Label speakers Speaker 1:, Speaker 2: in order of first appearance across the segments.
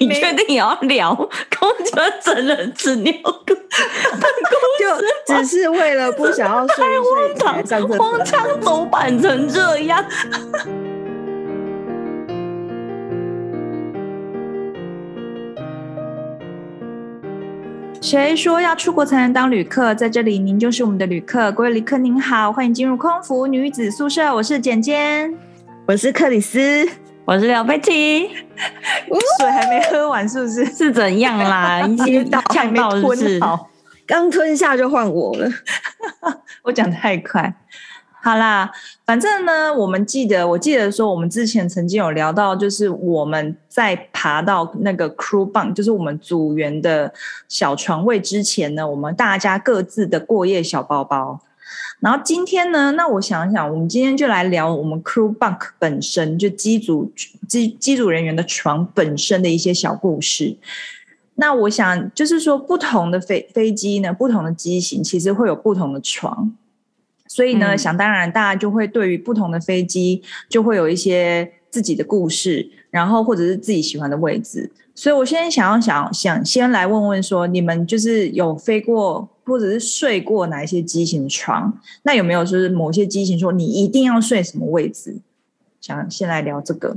Speaker 1: 你确定也要聊公车真人纸尿裤？
Speaker 2: 就只是为了不 想要睡一睡起来上厕所
Speaker 1: 荒腔走板成这样，
Speaker 2: 谁说要出国才能当旅客？在这里，您就是我们的旅客。各位旅客您好，欢迎进入空服女子宿舍，我是简简。
Speaker 3: 我是克里斯，
Speaker 1: 我是廖佩琪，
Speaker 2: 水还没喝完是不是？
Speaker 1: 是怎样 啦？已经呛到是不是？
Speaker 3: 刚吞下就换我了。
Speaker 2: 我讲太快。好啦，反正呢，我们记得，我记得说，我们之前曾经有聊到，就是我们在爬到那个 crew bunk，就是我们组员的小床位之前呢，我们大家各自的过夜小包包。然后今天呢，那我想一想，我们今天就来聊我们 crew bunk 本身，就机组机机组人员的床本身的一些小故事。那我想就是说，不同的飞飞机呢，不同的机型其实会有不同的床，所以呢，
Speaker 1: 嗯
Speaker 2: 想当然大家就会对于不同的飞机就会有一些自己的故事，然后或者是自己喜欢的位置。所以我现在想要想想先来问问说，你们就是有飞过或者是睡过哪一些机型的床？那有没有就是某些机型说你一定要睡什么位置？想先来聊这个，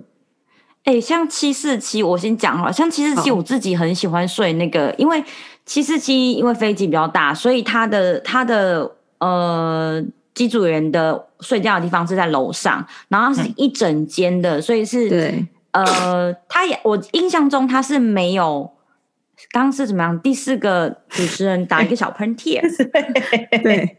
Speaker 1: 哎、像七四七，我先讲好了。像七四七，
Speaker 2: 好
Speaker 1: 我自己很喜欢睡那个，因为七四七因为飞机比较大，所以它的它的呃机组员的睡觉的地方是在楼上，然后它是一整间的，所以是
Speaker 3: 对，
Speaker 1: 呃，他也我印象中他是没有，刚刚是怎么样？第四个主持人打一个小喷嚏。
Speaker 3: 对，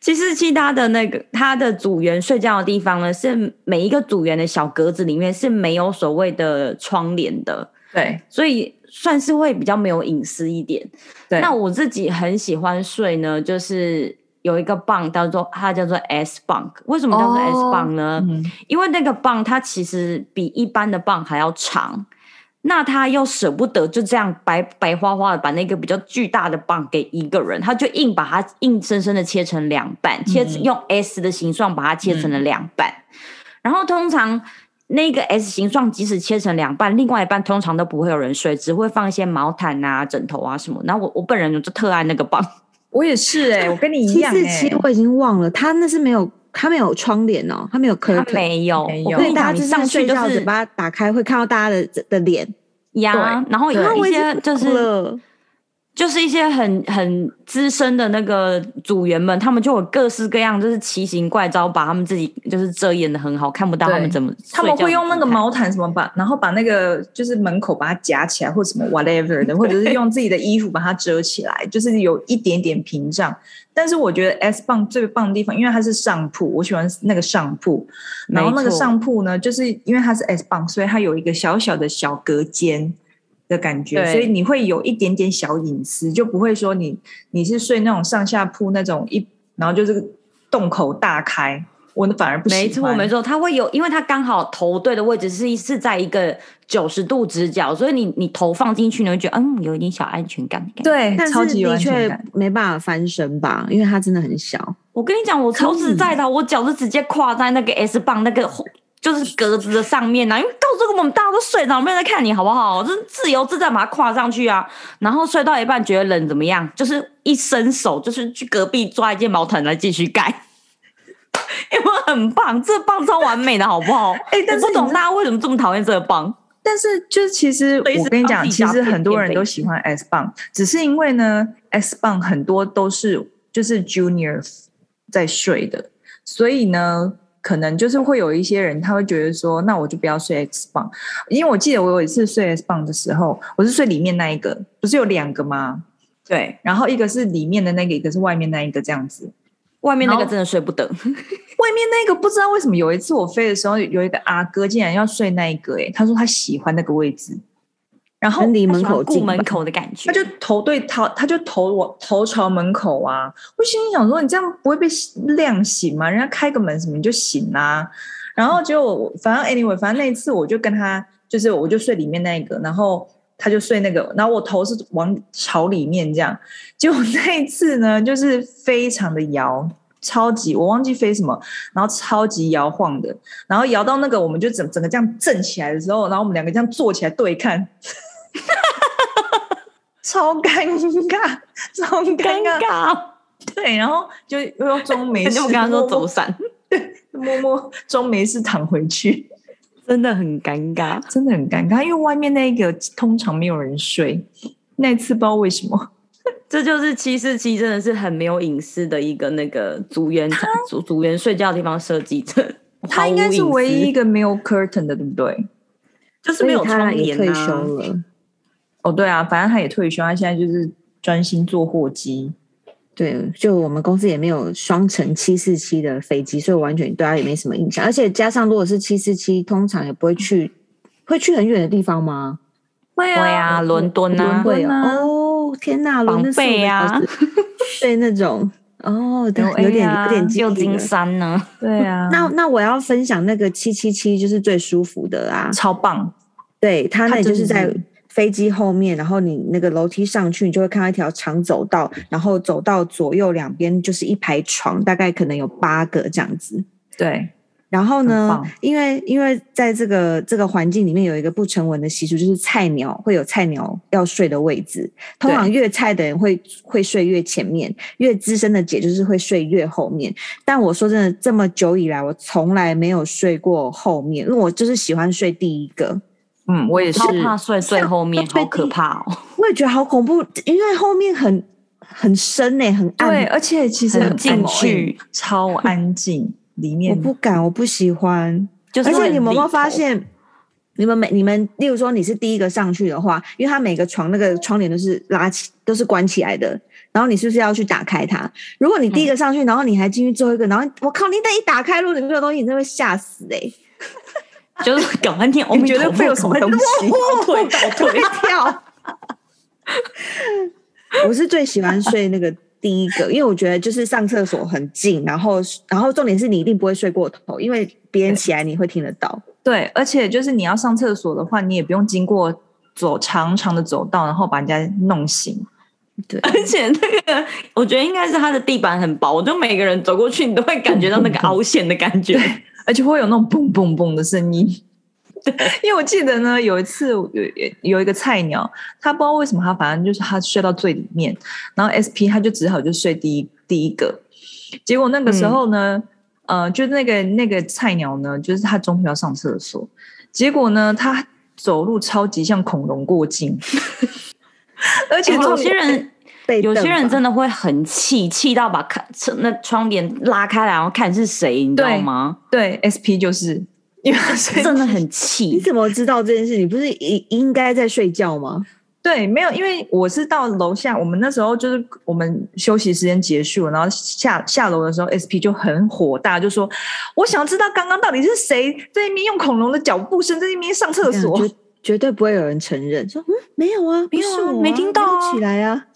Speaker 1: 其实其他的那个他的组员睡觉的地方呢，是每一个组员的小格子里面是没有所谓的窗帘的，
Speaker 2: 对
Speaker 1: 所以算是会比较没有隐私一点。
Speaker 2: 对
Speaker 1: 那我自己很喜欢睡呢，就是有一个棒叫做它叫做 S bunk，为什么叫做 S
Speaker 3: 哦
Speaker 1: bunk 呢？
Speaker 2: 嗯，
Speaker 1: 因为那个棒它其实比一般的棒还要长，那他又舍不得就这样白白花花的把那个比较巨大的棒给一个人，他就硬把它硬生生的切成两半，切
Speaker 2: 嗯
Speaker 1: 用 S 的形状把它切成了两半，然后通常。那个 S 形状即使切成两半，另外一半通常都不会有人睡，只会放一些毛毯啊、枕头啊什么。然后我我本人我就特爱那个棒，
Speaker 2: 我也是哎、我跟你一
Speaker 3: 七
Speaker 2: 样
Speaker 3: 四
Speaker 2: 哎、
Speaker 3: 七我已经忘了，他那是没有，他没有窗帘哦，他没有 curtain，
Speaker 1: 它没有，
Speaker 2: 没
Speaker 1: 我
Speaker 2: 有
Speaker 1: 跟
Speaker 3: 所以
Speaker 1: 你
Speaker 3: 大
Speaker 1: 讲，
Speaker 3: 家
Speaker 1: 你
Speaker 3: 就
Speaker 1: 上
Speaker 3: 是
Speaker 1: 去
Speaker 3: 睡
Speaker 1: 就
Speaker 3: 觉
Speaker 1: 是
Speaker 3: 嘴巴打开会看到大家的的脸，
Speaker 1: 呀，然后
Speaker 2: 对
Speaker 1: 有
Speaker 3: 我
Speaker 1: 一
Speaker 3: 已经
Speaker 1: 些就是
Speaker 3: 哭了
Speaker 1: 就是一些很很资深的那个组员们，他们就有各式各样，就是奇形怪招，把他们自己就是遮掩的很好，看不到
Speaker 2: 对
Speaker 1: 他们怎么
Speaker 2: 他
Speaker 1: 睡
Speaker 2: 们
Speaker 1: 觉
Speaker 2: 会用那个
Speaker 1: 的姿态，
Speaker 2: 毛毯什么把，然后把那个就是门口把它夹起来，或什么 whatever 的，或者是用自己的衣服把它遮起来，就是有一点点屏障。但是我觉得 S 棒最棒的地方，因为它是上铺，我喜欢那个上铺。然后那个
Speaker 1: 没错
Speaker 2: 上铺呢，就是因为它是 S 棒，所以它有一个小小的小隔间的感觉，
Speaker 1: 对
Speaker 2: 所以你会有一点点小隐私，就不会说你你是睡那种上下铺那种一，然后就是洞口大开，我反而不喜欢。
Speaker 1: 没错没错，他会有，因为他刚好头对的位置是是在一个九十度直角，所以你你头放进去，你会觉得嗯有一点小安全感。感觉
Speaker 2: 对，
Speaker 3: 但
Speaker 2: 超
Speaker 3: 是
Speaker 2: 级有
Speaker 3: 的
Speaker 2: 安全
Speaker 3: 确
Speaker 2: 感。
Speaker 3: 没办法翻身吧，因为它真的很小。
Speaker 1: 我跟你讲，我超自在的，我脚就直接跨在那个 S 棒那个就是格子的上面呐、因为到这个我们大家都睡着，没有人在看你好不好？就是自由自在把它跨上去啊，然后睡到一半觉得冷怎么样？就是一伸手就是去隔壁抓一件毛毯来继续盖。 有没有很棒？这棒超完美的，好不好？
Speaker 2: 哎、但是
Speaker 1: 我不
Speaker 2: 你
Speaker 1: 懂
Speaker 2: 知
Speaker 1: 大家为什么这么讨厌这个棒。
Speaker 2: 但是就是其实
Speaker 1: 随时
Speaker 2: 我跟你
Speaker 1: 帮
Speaker 2: 讲，
Speaker 1: 自己
Speaker 2: 其
Speaker 1: 搭
Speaker 2: 实
Speaker 1: 配
Speaker 2: 很多
Speaker 1: 垫
Speaker 2: 人
Speaker 1: 背
Speaker 2: 都
Speaker 1: 景
Speaker 2: 喜欢 S 棒，只是因为呢，S 棒很多都是就是 junior 在睡的，所以呢，可能就是会有一些人他会觉得说，那我就不要睡 S 棒，因为我记得我有一次睡 S 棒的时候，我是睡里面那一个，不是有两个吗？
Speaker 1: 对，
Speaker 2: 然后一个是里面的那个，一个是外面那一个，这样子。
Speaker 1: 外面那个
Speaker 2: 然后
Speaker 1: 真的睡不得。
Speaker 2: 外面那个不知道为什么有一次我飞的时候，有一个阿哥竟然要睡那一个、欸，他说他喜欢那个位置，然后
Speaker 3: 跟 离
Speaker 1: 他
Speaker 3: 门
Speaker 1: 喜欢
Speaker 3: 口
Speaker 1: 顾
Speaker 3: 近
Speaker 1: 门
Speaker 3: 吧
Speaker 1: 口的感觉，
Speaker 2: 他就头对头，他就头我头朝门口啊。我心里想说，你这样不会被亮醒吗？人家开个门什么你就醒啦、然后结果我反正 anyway，反正那一次我就跟他，就是我就睡里面那一个，然后他就睡那个，然后我头是往朝里面这样。结果那一次呢，就是非常的摇，超级我忘记飞什么，然后超级摇晃的，然后摇到那个我们就整整个这样震起来的时候，然后我们两个这样坐起来对看， 超尴尬，超尴
Speaker 1: 尴
Speaker 2: 尬，
Speaker 1: 尬。
Speaker 2: 对，然后就又中 没
Speaker 1: 你
Speaker 2: 事，
Speaker 1: 就我 跟他说
Speaker 2: 默
Speaker 1: 走
Speaker 2: 默
Speaker 1: 散，
Speaker 2: 默默中没事躺回去，
Speaker 1: 真的很尴尬。
Speaker 2: 真的很尴尬，因为外面那个通常没有人睡，那次不知道为什么。
Speaker 1: 这就是七四七真的是很没有隐私的一个那个组员组组员睡觉的地方设计者，
Speaker 2: 他应该是
Speaker 1: 毫无隐私
Speaker 2: 唯一一，个没有 curtain 的，对不对？
Speaker 1: 就是
Speaker 3: 所
Speaker 1: 没
Speaker 3: 以
Speaker 1: 有
Speaker 3: 他
Speaker 1: 窗
Speaker 3: 也
Speaker 1: 帘
Speaker 3: 退
Speaker 1: 啊
Speaker 3: 休了，
Speaker 2: 哦，对啊，反正他也退休，他现在就是专心做货机。
Speaker 3: 对，就我们公司也没有双层七四七的飞机，所以我完全对他也没什么印象。而且加上如果是七四七，通常也不会去，会去很远的地方吗？
Speaker 2: 会
Speaker 1: 对啊，伦敦啊
Speaker 3: 伦，敦
Speaker 2: 伦敦啊
Speaker 3: 哦，哦天哪，伦敦
Speaker 1: 防备啊
Speaker 3: 四五个小 时对那种哦，对
Speaker 2: 纽
Speaker 3: 有点、
Speaker 2: A 啊
Speaker 3: 有点
Speaker 1: 旧
Speaker 3: 记忆
Speaker 1: 金
Speaker 3: 了
Speaker 1: 山呢，
Speaker 2: 对啊，
Speaker 3: 那那我要分享那个七七七，就是最舒服的啊。
Speaker 2: 超棒，
Speaker 3: 对，它那
Speaker 2: 它
Speaker 3: 里
Speaker 2: 真
Speaker 3: 就是
Speaker 2: 的
Speaker 3: 在
Speaker 2: 是
Speaker 3: 飞机后面，然后你那个楼梯上去，你就会看到一条长走道，然后走到左右两边就是一排床，大概可能有八个这样子。
Speaker 2: 对，
Speaker 3: 然后
Speaker 2: 很
Speaker 3: 呢
Speaker 2: 棒，
Speaker 3: 因为因为在这个这个环境里面有一个不成文的习俗，就是菜鸟会有菜鸟要睡的位置，通常越菜的人会会睡越前面，越资深的姐就是会睡越后面。但我说真的，这么久以来，我从来没有睡过后面，因为我就是喜欢睡第一个。
Speaker 2: 嗯，我也是
Speaker 1: 超，怕睡最后面，
Speaker 3: 最
Speaker 1: 好可怕哦，
Speaker 3: 我也觉得好恐怖，因为后面很很深呢、欸很
Speaker 2: 对，
Speaker 3: 暗，
Speaker 2: 而且其实
Speaker 1: 很
Speaker 2: 很
Speaker 1: 进
Speaker 2: 啊安
Speaker 1: 去
Speaker 2: 静，超安静，里
Speaker 3: 我
Speaker 2: 面
Speaker 3: 不敢，我不喜欢。
Speaker 1: 就是
Speaker 3: 而且你们有没
Speaker 1: 很
Speaker 3: 有
Speaker 1: 里
Speaker 3: 发
Speaker 1: 头？
Speaker 3: 现，你们每你们，例如说你是第一个上去的话，因为它每个床那个窗帘都是拉起，都是关起来的，然后你是不是要去打开它？如果你第
Speaker 1: 嗯
Speaker 3: 一个上去，然后你还进去最后一个，然后我靠，你那一打开，如果里面有东西，你真的会吓死哎、欸！
Speaker 1: 就是赶快念，我
Speaker 2: 你觉得会有什么东 西？
Speaker 1: 退哦倒退，
Speaker 3: 跳。 我是最喜欢睡那个第一个，因为我觉得就是上厕所很近，然后然后重点是你一定不会睡过头，因为别人起来你会听得到。
Speaker 2: 对，而且就是你要上厕所的话，你也不用经过走长长的走道，然后把人家弄醒。
Speaker 3: 对，
Speaker 1: 而且那个我觉得应该是它的地板很薄，就每个人走过去你都会感觉到那个凹陷的感觉，
Speaker 2: 而且会有那种嘣嘣嘣的声音。 因为我记得呢，有一次有有有一个菜鸟，他不知道为什么他反正就是他睡到最里面，然后 SP 他就只好就睡第一第一个，结果那个时候呢，
Speaker 1: 嗯
Speaker 2: 呃，就那个那个菜鸟呢，就是他中途要上厕所，结果呢他走路超级像恐龙 过境，而且
Speaker 1: 而且
Speaker 2: 重
Speaker 1: 哦有
Speaker 2: 点
Speaker 1: 些人
Speaker 3: 被
Speaker 1: 有些人真
Speaker 3: 的
Speaker 1: 的会很气，气到把看那窗帘拉开来，然后看是谁，你知道
Speaker 2: 对
Speaker 1: 吗？
Speaker 2: 对 SP 就是因为他睡
Speaker 1: 真的很
Speaker 3: 你
Speaker 1: 气。
Speaker 3: 怎么知道这件事？你不是应应该在睡觉吗？
Speaker 2: 对，没有，因为我是到楼下，我们那时候就是我们休息时间结束，然后下下楼的时候，SP 就很火大，就说：“我想知道刚刚到底是谁在那边用恐龙的脚步声在那边上
Speaker 1: 嗯
Speaker 2: 厕
Speaker 3: 这样
Speaker 2: 所
Speaker 3: 绝绝对不会有人承认说嗯没有啊，
Speaker 1: 没有
Speaker 3: 不
Speaker 1: 啊
Speaker 3: 是我啊
Speaker 1: 没听到啊
Speaker 3: 没有起来啊。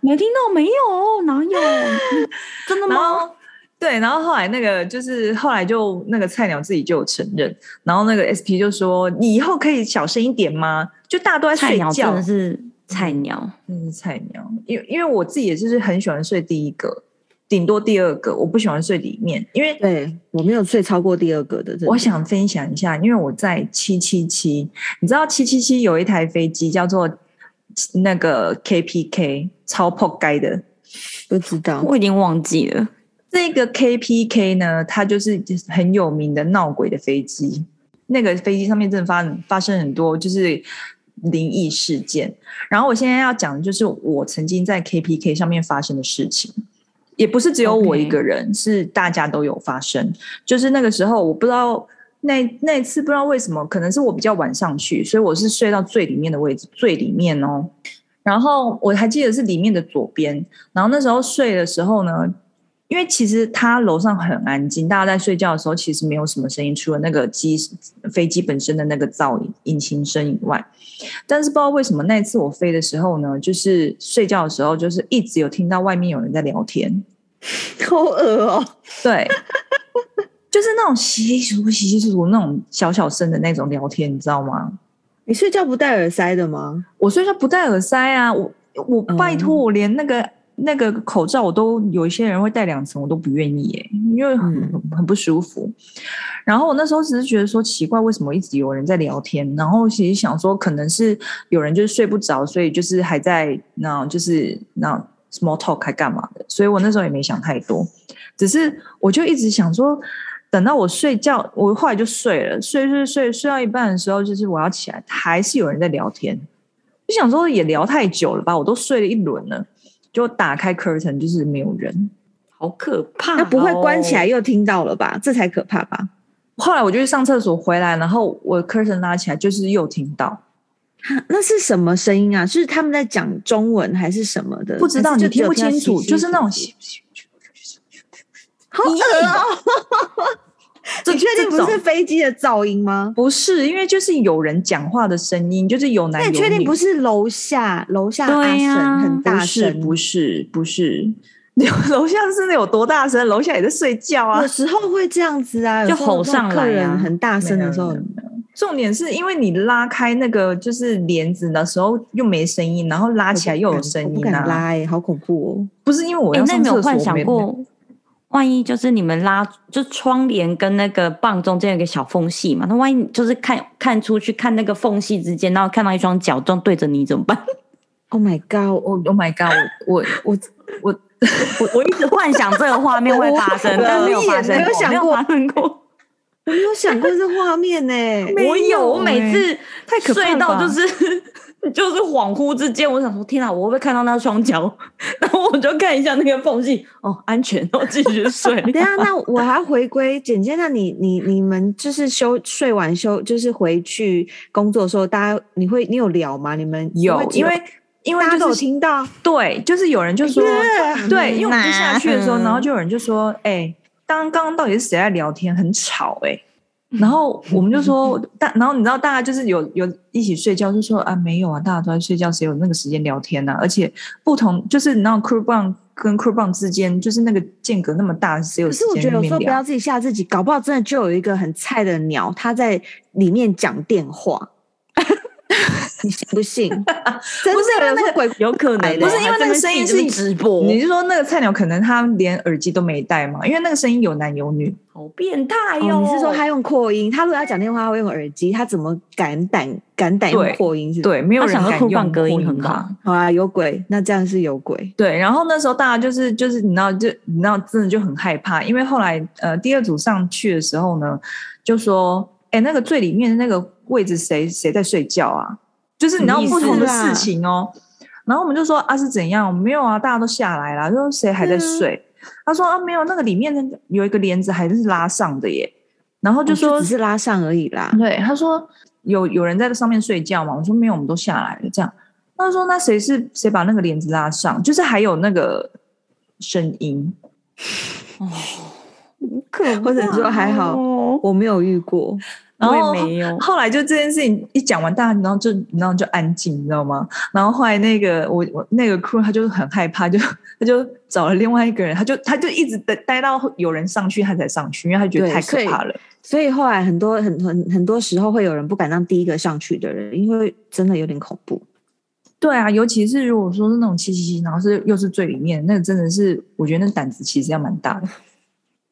Speaker 1: 没听到没有？哪 有？嗯真的？”
Speaker 2: 然
Speaker 1: 吗？
Speaker 2: 后对，然后后来那个就是后来就那个菜鸟自己就有承认，然后那个 SP 就说：“你以后可以小声一点吗？就大家都在
Speaker 1: 菜
Speaker 2: 睡
Speaker 1: 鸟真
Speaker 2: 觉
Speaker 1: 的。是菜鸟，”
Speaker 2: 真是菜鸟，因为因为我自己也就是很喜欢睡第一个，顶多第二个，我不喜欢睡里面，因为
Speaker 3: 对我没有睡超过第二个的，真的
Speaker 2: 我想分享一下，因为我在七七七，你知道七七七有一台飞机叫做那个 KPK 超破该的，
Speaker 3: 不知道
Speaker 1: 我已经忘记了。
Speaker 2: 这个 KPK 呢，它就是很有名的闹鬼的飞机。那个飞机上面真的发发生很多就是灵异事件。然后我现在要讲的就是我曾经在 KPK 上面发生的事情，也不是只有我
Speaker 1: OK
Speaker 2: 一个人是大家都有发生。就是那个时候，我不知道那那次不知道为什么，可能是我比较晚上去，所以我是睡到最里面的位置，最里面哦。然后我还记得是里面的左边，然后那时候睡的时候呢，因为其实它楼上很安静，大家在睡觉的时候其实没有什么声音，除了那个机飞机本身的那个噪音、引擎声以外。但是不知道为什么那一次我飞的时候呢，就是睡觉的时候，就是一直有听到外面有人在聊天，
Speaker 3: 好恶哦，
Speaker 2: 对， 就是那种稀稀疏疏、稀稀疏疏那种小小声的那种聊天，你知道吗？
Speaker 3: 你睡觉不戴耳塞的吗？
Speaker 2: 我睡觉不戴耳塞啊，我我拜托我连那个那个口罩我都有一些人会戴两层，我都不愿意耶、因为很、很不舒服。然后我那时候只是觉得说奇怪，为什么一直有人在聊天？然后其实想说，可能是有人就是睡不着，所以就是还在那，就是那 small talk 还干嘛的？所以我那时候也没想太多，只是我就一直想说，等到我睡觉，我后来就睡了，睡睡睡睡到一半的时候，就是我要起来，还是有人在聊天。就想说也聊太久了吧，我都睡了一轮了，就打开 curtain 就是没有人。
Speaker 1: 好可怕、哦！
Speaker 3: 那不会关起来又听到了吧？这才可怕吧？
Speaker 2: 后来我就去上厕所回来，然后我 curtain 拉起来，就是又听到，
Speaker 3: 哈那是什么声音啊？是他们在讲中文还是什么的？
Speaker 2: 不知道
Speaker 3: 还是
Speaker 2: 你
Speaker 3: 就只
Speaker 2: 听
Speaker 3: 有
Speaker 2: 不清
Speaker 3: 到
Speaker 2: 楚，
Speaker 3: 稀稀
Speaker 2: 就是那种
Speaker 3: 疏疏好 恶哦！
Speaker 2: 这
Speaker 3: 你确定
Speaker 2: 这
Speaker 3: 不是
Speaker 2: 种
Speaker 3: 飞机的噪音吗？
Speaker 2: 不是，因为就是有人讲话的声音，就是有男
Speaker 3: 那
Speaker 2: 有
Speaker 3: 你
Speaker 2: 女。
Speaker 3: 确定不是楼下楼下
Speaker 1: 对
Speaker 3: 阿
Speaker 1: 呀
Speaker 3: 婶很
Speaker 2: 不
Speaker 3: 大
Speaker 2: 是
Speaker 3: 声？
Speaker 2: 不是不是， 楼下是有多大声？楼下也在睡觉啊
Speaker 3: 有。时候会这样子啊，有
Speaker 1: 就
Speaker 3: 时候
Speaker 1: 吼上来啊
Speaker 3: 客人很大声的时候
Speaker 2: 没有，重点是因为你拉开那个就是帘子的时候又没声音，然后拉起来又有声
Speaker 3: 我不
Speaker 2: 音
Speaker 3: 敢拉
Speaker 2: 啊！
Speaker 3: 哎、好恐怖
Speaker 2: 不是因为我
Speaker 1: 哎、
Speaker 2: 要
Speaker 1: 那
Speaker 2: 上
Speaker 1: 你有
Speaker 2: 厕所，
Speaker 1: 幻
Speaker 2: 我
Speaker 1: 想
Speaker 2: 没
Speaker 1: 过，万一就是你们拉就窗帘跟那个棒中间有个小缝隙嘛？那万一就是看看出去看那个缝隙之间，然后看到一双脚正对着你怎么办？
Speaker 3: 哦！Oh my god！
Speaker 2: 我 Oh my god！我我
Speaker 3: 我
Speaker 1: 我我一直幻想这个画面会发生，
Speaker 3: 我
Speaker 1: 但是没有
Speaker 3: 我也
Speaker 1: 发生
Speaker 3: 没
Speaker 1: 过，
Speaker 3: 有想
Speaker 1: 没有
Speaker 3: 过
Speaker 1: 发生过。
Speaker 3: 我没有想过这画面呢、
Speaker 2: 没
Speaker 1: 我
Speaker 2: 有
Speaker 1: 有，我每
Speaker 2: 欸
Speaker 1: 次
Speaker 2: 太可怕
Speaker 1: 睡
Speaker 2: 了
Speaker 1: 到
Speaker 2: 吧
Speaker 1: 就是 就是恍惚之间，我想说天哪，我会不会看到那双脚？ 然后我就看一下那个缝隙，哦，安全，然后继续睡。
Speaker 3: 等一下，啊那我还要回归简介。那你你你们就是休睡完休，就是回去工作的时候，大家你会你有聊吗？你们
Speaker 2: 有
Speaker 3: 会，只
Speaker 2: 因为因为
Speaker 3: 大家都
Speaker 2: 就
Speaker 3: 有
Speaker 2: 是
Speaker 3: 听哎到，
Speaker 2: 对，就是有人就说对，因为我们就下去的时候，
Speaker 3: 啊
Speaker 2: 然后就有人就说：“哎、刚刚到底是谁在聊天？很吵哎、
Speaker 3: 嗯
Speaker 2: 然后我们 就说，大，然后你知道大家就是有有一起睡觉，就说啊没有啊，大家都在睡觉，谁有那个时间聊天呢、啊而且不同就是你知道 crew bang 跟 crew bang 之间就是那个间隔那么大，谁有
Speaker 3: 可
Speaker 2: 时
Speaker 3: 是我觉
Speaker 2: 间
Speaker 3: 得
Speaker 2: 那
Speaker 3: 有时
Speaker 2: 边
Speaker 3: 候不
Speaker 2: 聊
Speaker 3: 要？自己吓自己，搞不好真的就有一个很菜的鸟，它在里面讲电话， 你信不 信？真
Speaker 2: 不是
Speaker 3: 的有
Speaker 2: 因为那
Speaker 3: 时候鬼
Speaker 1: 有可能
Speaker 3: 不是
Speaker 1: 哦
Speaker 2: 因为那
Speaker 1: 还
Speaker 2: 个声音
Speaker 1: 自己
Speaker 2: 是
Speaker 1: 直播，
Speaker 2: 你是说那个菜鸟可能他连耳机都没戴嘛？因为那个声音有男有女，
Speaker 1: 好变态
Speaker 2: 哎
Speaker 1: 哟、
Speaker 3: 哦，你是说他用扩音？他如果要讲电话，他会用耳机，他怎么敢胆敢胆用
Speaker 2: 对
Speaker 3: 扩音是不是？
Speaker 2: 对，没有
Speaker 1: 他
Speaker 2: 人
Speaker 1: 想说
Speaker 2: 敢
Speaker 1: crew
Speaker 2: 用
Speaker 1: bang 隔音
Speaker 2: 扩
Speaker 1: 很好
Speaker 2: 吧
Speaker 3: 好啊，有鬼，那这样是有鬼。
Speaker 2: 对，然后那时候大家就是就是你知道就你知道真的就很害怕，因为后来呃第二组上去的时候呢，就说哎那个最里面的那个位置谁谁在睡觉啊？就是你知道
Speaker 1: 什么意
Speaker 2: 不
Speaker 1: 思啊
Speaker 2: 同的
Speaker 3: 啦
Speaker 2: 事情哦。然后我们就说啊是怎样？没有啊，大家都下来了，就说谁还在
Speaker 1: 嗯
Speaker 3: 对啊
Speaker 2: 睡？他说啊没有，那个里面的有一个帘子还是拉上的耶。然后
Speaker 1: 哦
Speaker 2: 就说
Speaker 3: 哦只是拉上而已啦。
Speaker 2: 对，他说有有人在这上面睡觉嘛？我说没有，我们都下来了。这样，他说那谁是谁把那个帘子拉上？就是还有那个声音，
Speaker 3: 或者说还好
Speaker 1: 哦
Speaker 3: 我没有遇过，
Speaker 2: 然后
Speaker 1: 我也没有
Speaker 2: 后来就这件事情一讲完，大家然后就然后就安静，你知道吗？然后后来那个我我那个 crew 他就很害怕，就他就找了另外一个人，他就他就一直待待到有人上去他才上去，因为他觉得
Speaker 3: 对
Speaker 2: 太
Speaker 3: 所
Speaker 2: 可
Speaker 3: 以
Speaker 2: 怕了。
Speaker 3: 所以后来很多很很很多时候会有人不敢当第一个上去的人，因为真的有点恐怖。
Speaker 2: 对啊，尤其是如果说是那种七七七，然后是又是最里面，那个真的是我觉得那胆子其实要蛮大的。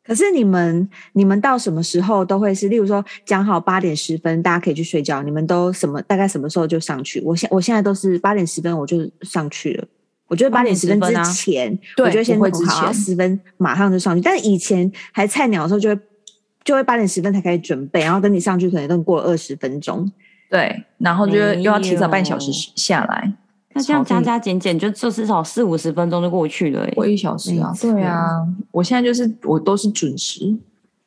Speaker 3: 可是你们你们到什么时候都会是，例如说讲好八点十分大家可以去睡觉，你们都什么大概什么时候就上去？我现我现在都是八点十分我就上去了。我觉得八点十分之
Speaker 1: 8:10啊
Speaker 3: 前，
Speaker 2: 对
Speaker 3: 我就先
Speaker 2: 我会之前
Speaker 3: 十分马上就上去。但是以前还菜鸟的时候就会就会八点十分才开始准备，然后等你上去可能都过了二十分钟。
Speaker 2: 对，然后就
Speaker 1: 没
Speaker 2: 又要提早半小时
Speaker 1: 有
Speaker 2: 下来，
Speaker 1: 那这样
Speaker 3: 超
Speaker 1: 加
Speaker 3: 低
Speaker 1: 加减减，就就至少四五十分钟就过去了、欸。
Speaker 2: 我一小时啊
Speaker 3: 没，错
Speaker 2: 对啊，我现在就是我都是准时，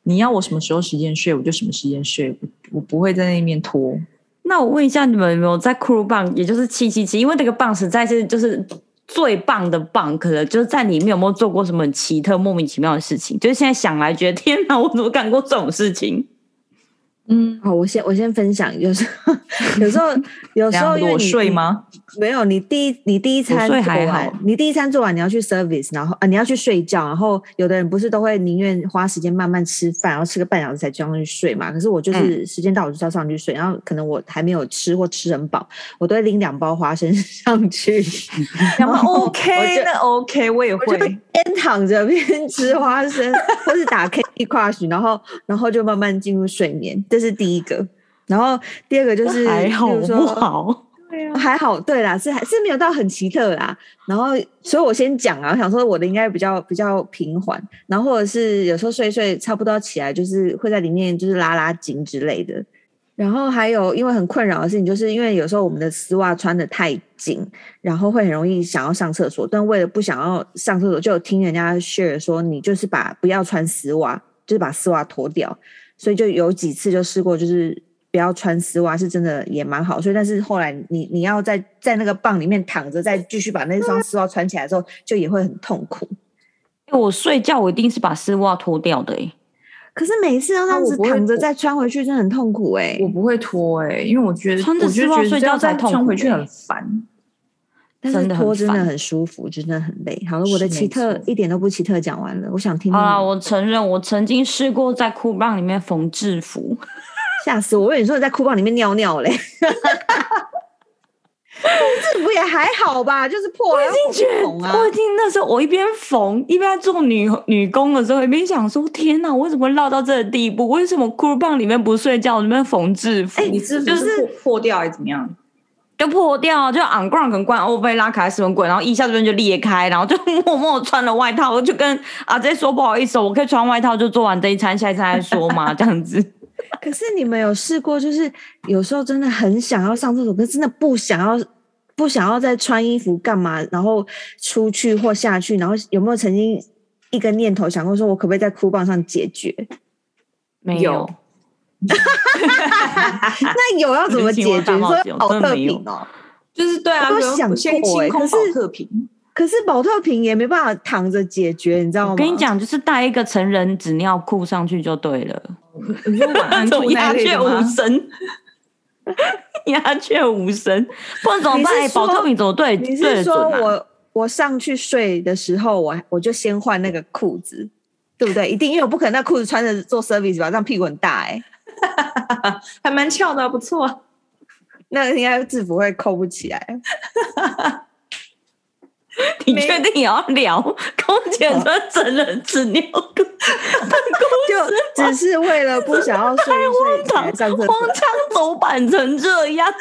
Speaker 2: 你要我什么时候时间睡，我就什么时间睡，我我不会在那边拖。
Speaker 1: 那我问一下，你们有没有在 crew 棒，也就是七七七？因为那个棒实在是就是最棒的棒，可能就是在里面有没有做过什么很奇特、莫名其妙的事情？就是现在想来，觉得天哪，我怎么干过这种事情？
Speaker 2: 嗯，
Speaker 3: 好，我先我先分享，有时候有时候有时候
Speaker 2: 裸睡？吗？
Speaker 3: 没有，你第一你第一餐
Speaker 1: 午睡
Speaker 3: 做
Speaker 1: 还
Speaker 3: 完
Speaker 1: 好，
Speaker 3: 你第一餐做完你要去 service，然后啊、你要去睡觉，然后有的人不是都会宁愿花时间慢慢吃饭，然后吃个半小时才装上去睡嘛。可是我
Speaker 1: 嗯
Speaker 3: 就是时间到我就要上去睡，然后可能我还没有吃或吃很饱，我都会拎两包花生 上去，
Speaker 2: 然
Speaker 3: 然后
Speaker 2: 后哦 OK，
Speaker 3: 我就
Speaker 2: 那 OK，我也
Speaker 3: 我就
Speaker 2: 会。
Speaker 3: 边躺着边吃花生，或是打 Candy Crush，然后然后就慢慢进入睡眠，这是第一个。然后第二个就是，
Speaker 1: 还好
Speaker 3: 例如
Speaker 1: 不
Speaker 3: 说
Speaker 1: 好？
Speaker 2: 对啊
Speaker 3: 还好，对啦，是还是没有到很奇特啦。然后，所以我先讲啊，我想说我的应该比较比较平缓，然后或者是有时候睡一睡差不多要起来，就是会在里面就是拉拉筋之类的。然后还有，因为很困扰的事情，就是因为有时候我们的丝袜穿的太紧，然后会很容易想要上厕所，但为了不想要上厕所，就有听人家 share 说，你就是把不要穿丝袜，就是把丝袜脱掉。所以就有几次就试过，就是不要穿丝袜，是真的也蛮好。所以，但是后来你你要在在那个棒里面躺着，再继续把那双丝袜穿起来之后，就也会很痛苦。
Speaker 1: 欸我睡觉我一定是把丝袜脱掉的、欸，
Speaker 3: 可是每一次都这样
Speaker 2: 啊我
Speaker 3: 子
Speaker 2: 不会
Speaker 3: 躺着
Speaker 2: 我
Speaker 3: 再穿回去，真的很痛苦哎、
Speaker 2: 我不会脱哎、因为我觉得
Speaker 1: 穿着
Speaker 2: 我就
Speaker 1: 丝袜
Speaker 2: 觉得
Speaker 1: 睡
Speaker 2: 这
Speaker 1: 觉
Speaker 2: 样
Speaker 1: 才
Speaker 2: 再
Speaker 1: 痛
Speaker 2: 穿回
Speaker 1: 苦
Speaker 2: 去
Speaker 1: 欸
Speaker 2: 很烦。
Speaker 3: 但是
Speaker 1: 真的很
Speaker 3: 脱真的
Speaker 1: 烦
Speaker 3: 很舒服，真的很累。好了，我的
Speaker 2: 是
Speaker 3: 奇
Speaker 2: 没
Speaker 3: 特
Speaker 2: 错
Speaker 3: 一点都不奇特，讲完了，我想听听
Speaker 1: 好啦，
Speaker 3: 你。
Speaker 1: 我承认我曾经试过在裤棒里面缝制服，
Speaker 3: 吓死我！我以为你说你在裤棒里面尿尿 嘞。制服也还好吧，就是破了要
Speaker 1: 我已经觉
Speaker 3: 缝
Speaker 1: 得，
Speaker 3: 啊。
Speaker 1: 我已经那时候我一边缝一边在做女女工的时候，一边想说：天哪，我为什么落到这个地步？为什么裤棒里面不睡觉，里面缝制服？
Speaker 2: 你是不
Speaker 1: 欸就是
Speaker 2: 是破破掉还是怎么样？
Speaker 1: 就破掉，啊就 on ground 跟关欧被拉开什么鬼，然后腋下这边就裂开，然后就 默默穿了外套，我就跟阿 J 说不好意思哦，我可以穿外套就做完这一餐，下一餐再说嘛，这样子。
Speaker 3: 可是你们有试过，就是有时候真的很想要上厕所，可是真的不想要，不想要再穿衣服干嘛，然后出去或下去，然后有没有曾经一个念头想过，说我可不可以在哭棒上解决？
Speaker 1: 没
Speaker 2: 有
Speaker 3: 那有要怎么解决？
Speaker 1: 青蛙大冒
Speaker 3: 说
Speaker 1: 险
Speaker 3: 保
Speaker 1: 真的
Speaker 3: 特
Speaker 1: 没有
Speaker 3: 瓶哦，
Speaker 2: 就是对啊，
Speaker 3: 我有
Speaker 2: 可能
Speaker 3: 想
Speaker 2: 先
Speaker 3: 过欸
Speaker 2: 清
Speaker 3: 可
Speaker 2: 空
Speaker 3: 是
Speaker 2: 保特瓶，
Speaker 3: 可是保特瓶也没办法躺着解决，你知道吗？
Speaker 1: 我跟你，讲，就是带一个成人纸尿裤上去就对了，
Speaker 2: 你说晚 安
Speaker 1: 那种
Speaker 2: 兔那
Speaker 1: 鸦
Speaker 2: 一类
Speaker 1: 雀
Speaker 2: 的
Speaker 1: 无
Speaker 2: 吗？
Speaker 1: 声。 鸦雀无声，不然怎么办？
Speaker 3: 你
Speaker 1: 哎
Speaker 3: 是说
Speaker 1: 保特瓶怎么对
Speaker 3: 你
Speaker 1: 对
Speaker 3: 是
Speaker 1: 得
Speaker 3: 说
Speaker 1: 准啊？
Speaker 3: 我我上去睡的时候，我我就先换那个裤子，对不对？一定，因为我不可能那裤子穿着做 service 吧，这样屁股很大哎、
Speaker 2: 还蛮翘的啊，不错啊。
Speaker 3: 那应该制服会扣不起来。
Speaker 1: 你
Speaker 2: 没
Speaker 1: 确定也要聊空姐穿成人纸尿裤？
Speaker 3: 就只是为了不想要睡一睡起来上厕
Speaker 1: 荒
Speaker 3: 所，
Speaker 1: 腔走板成这样，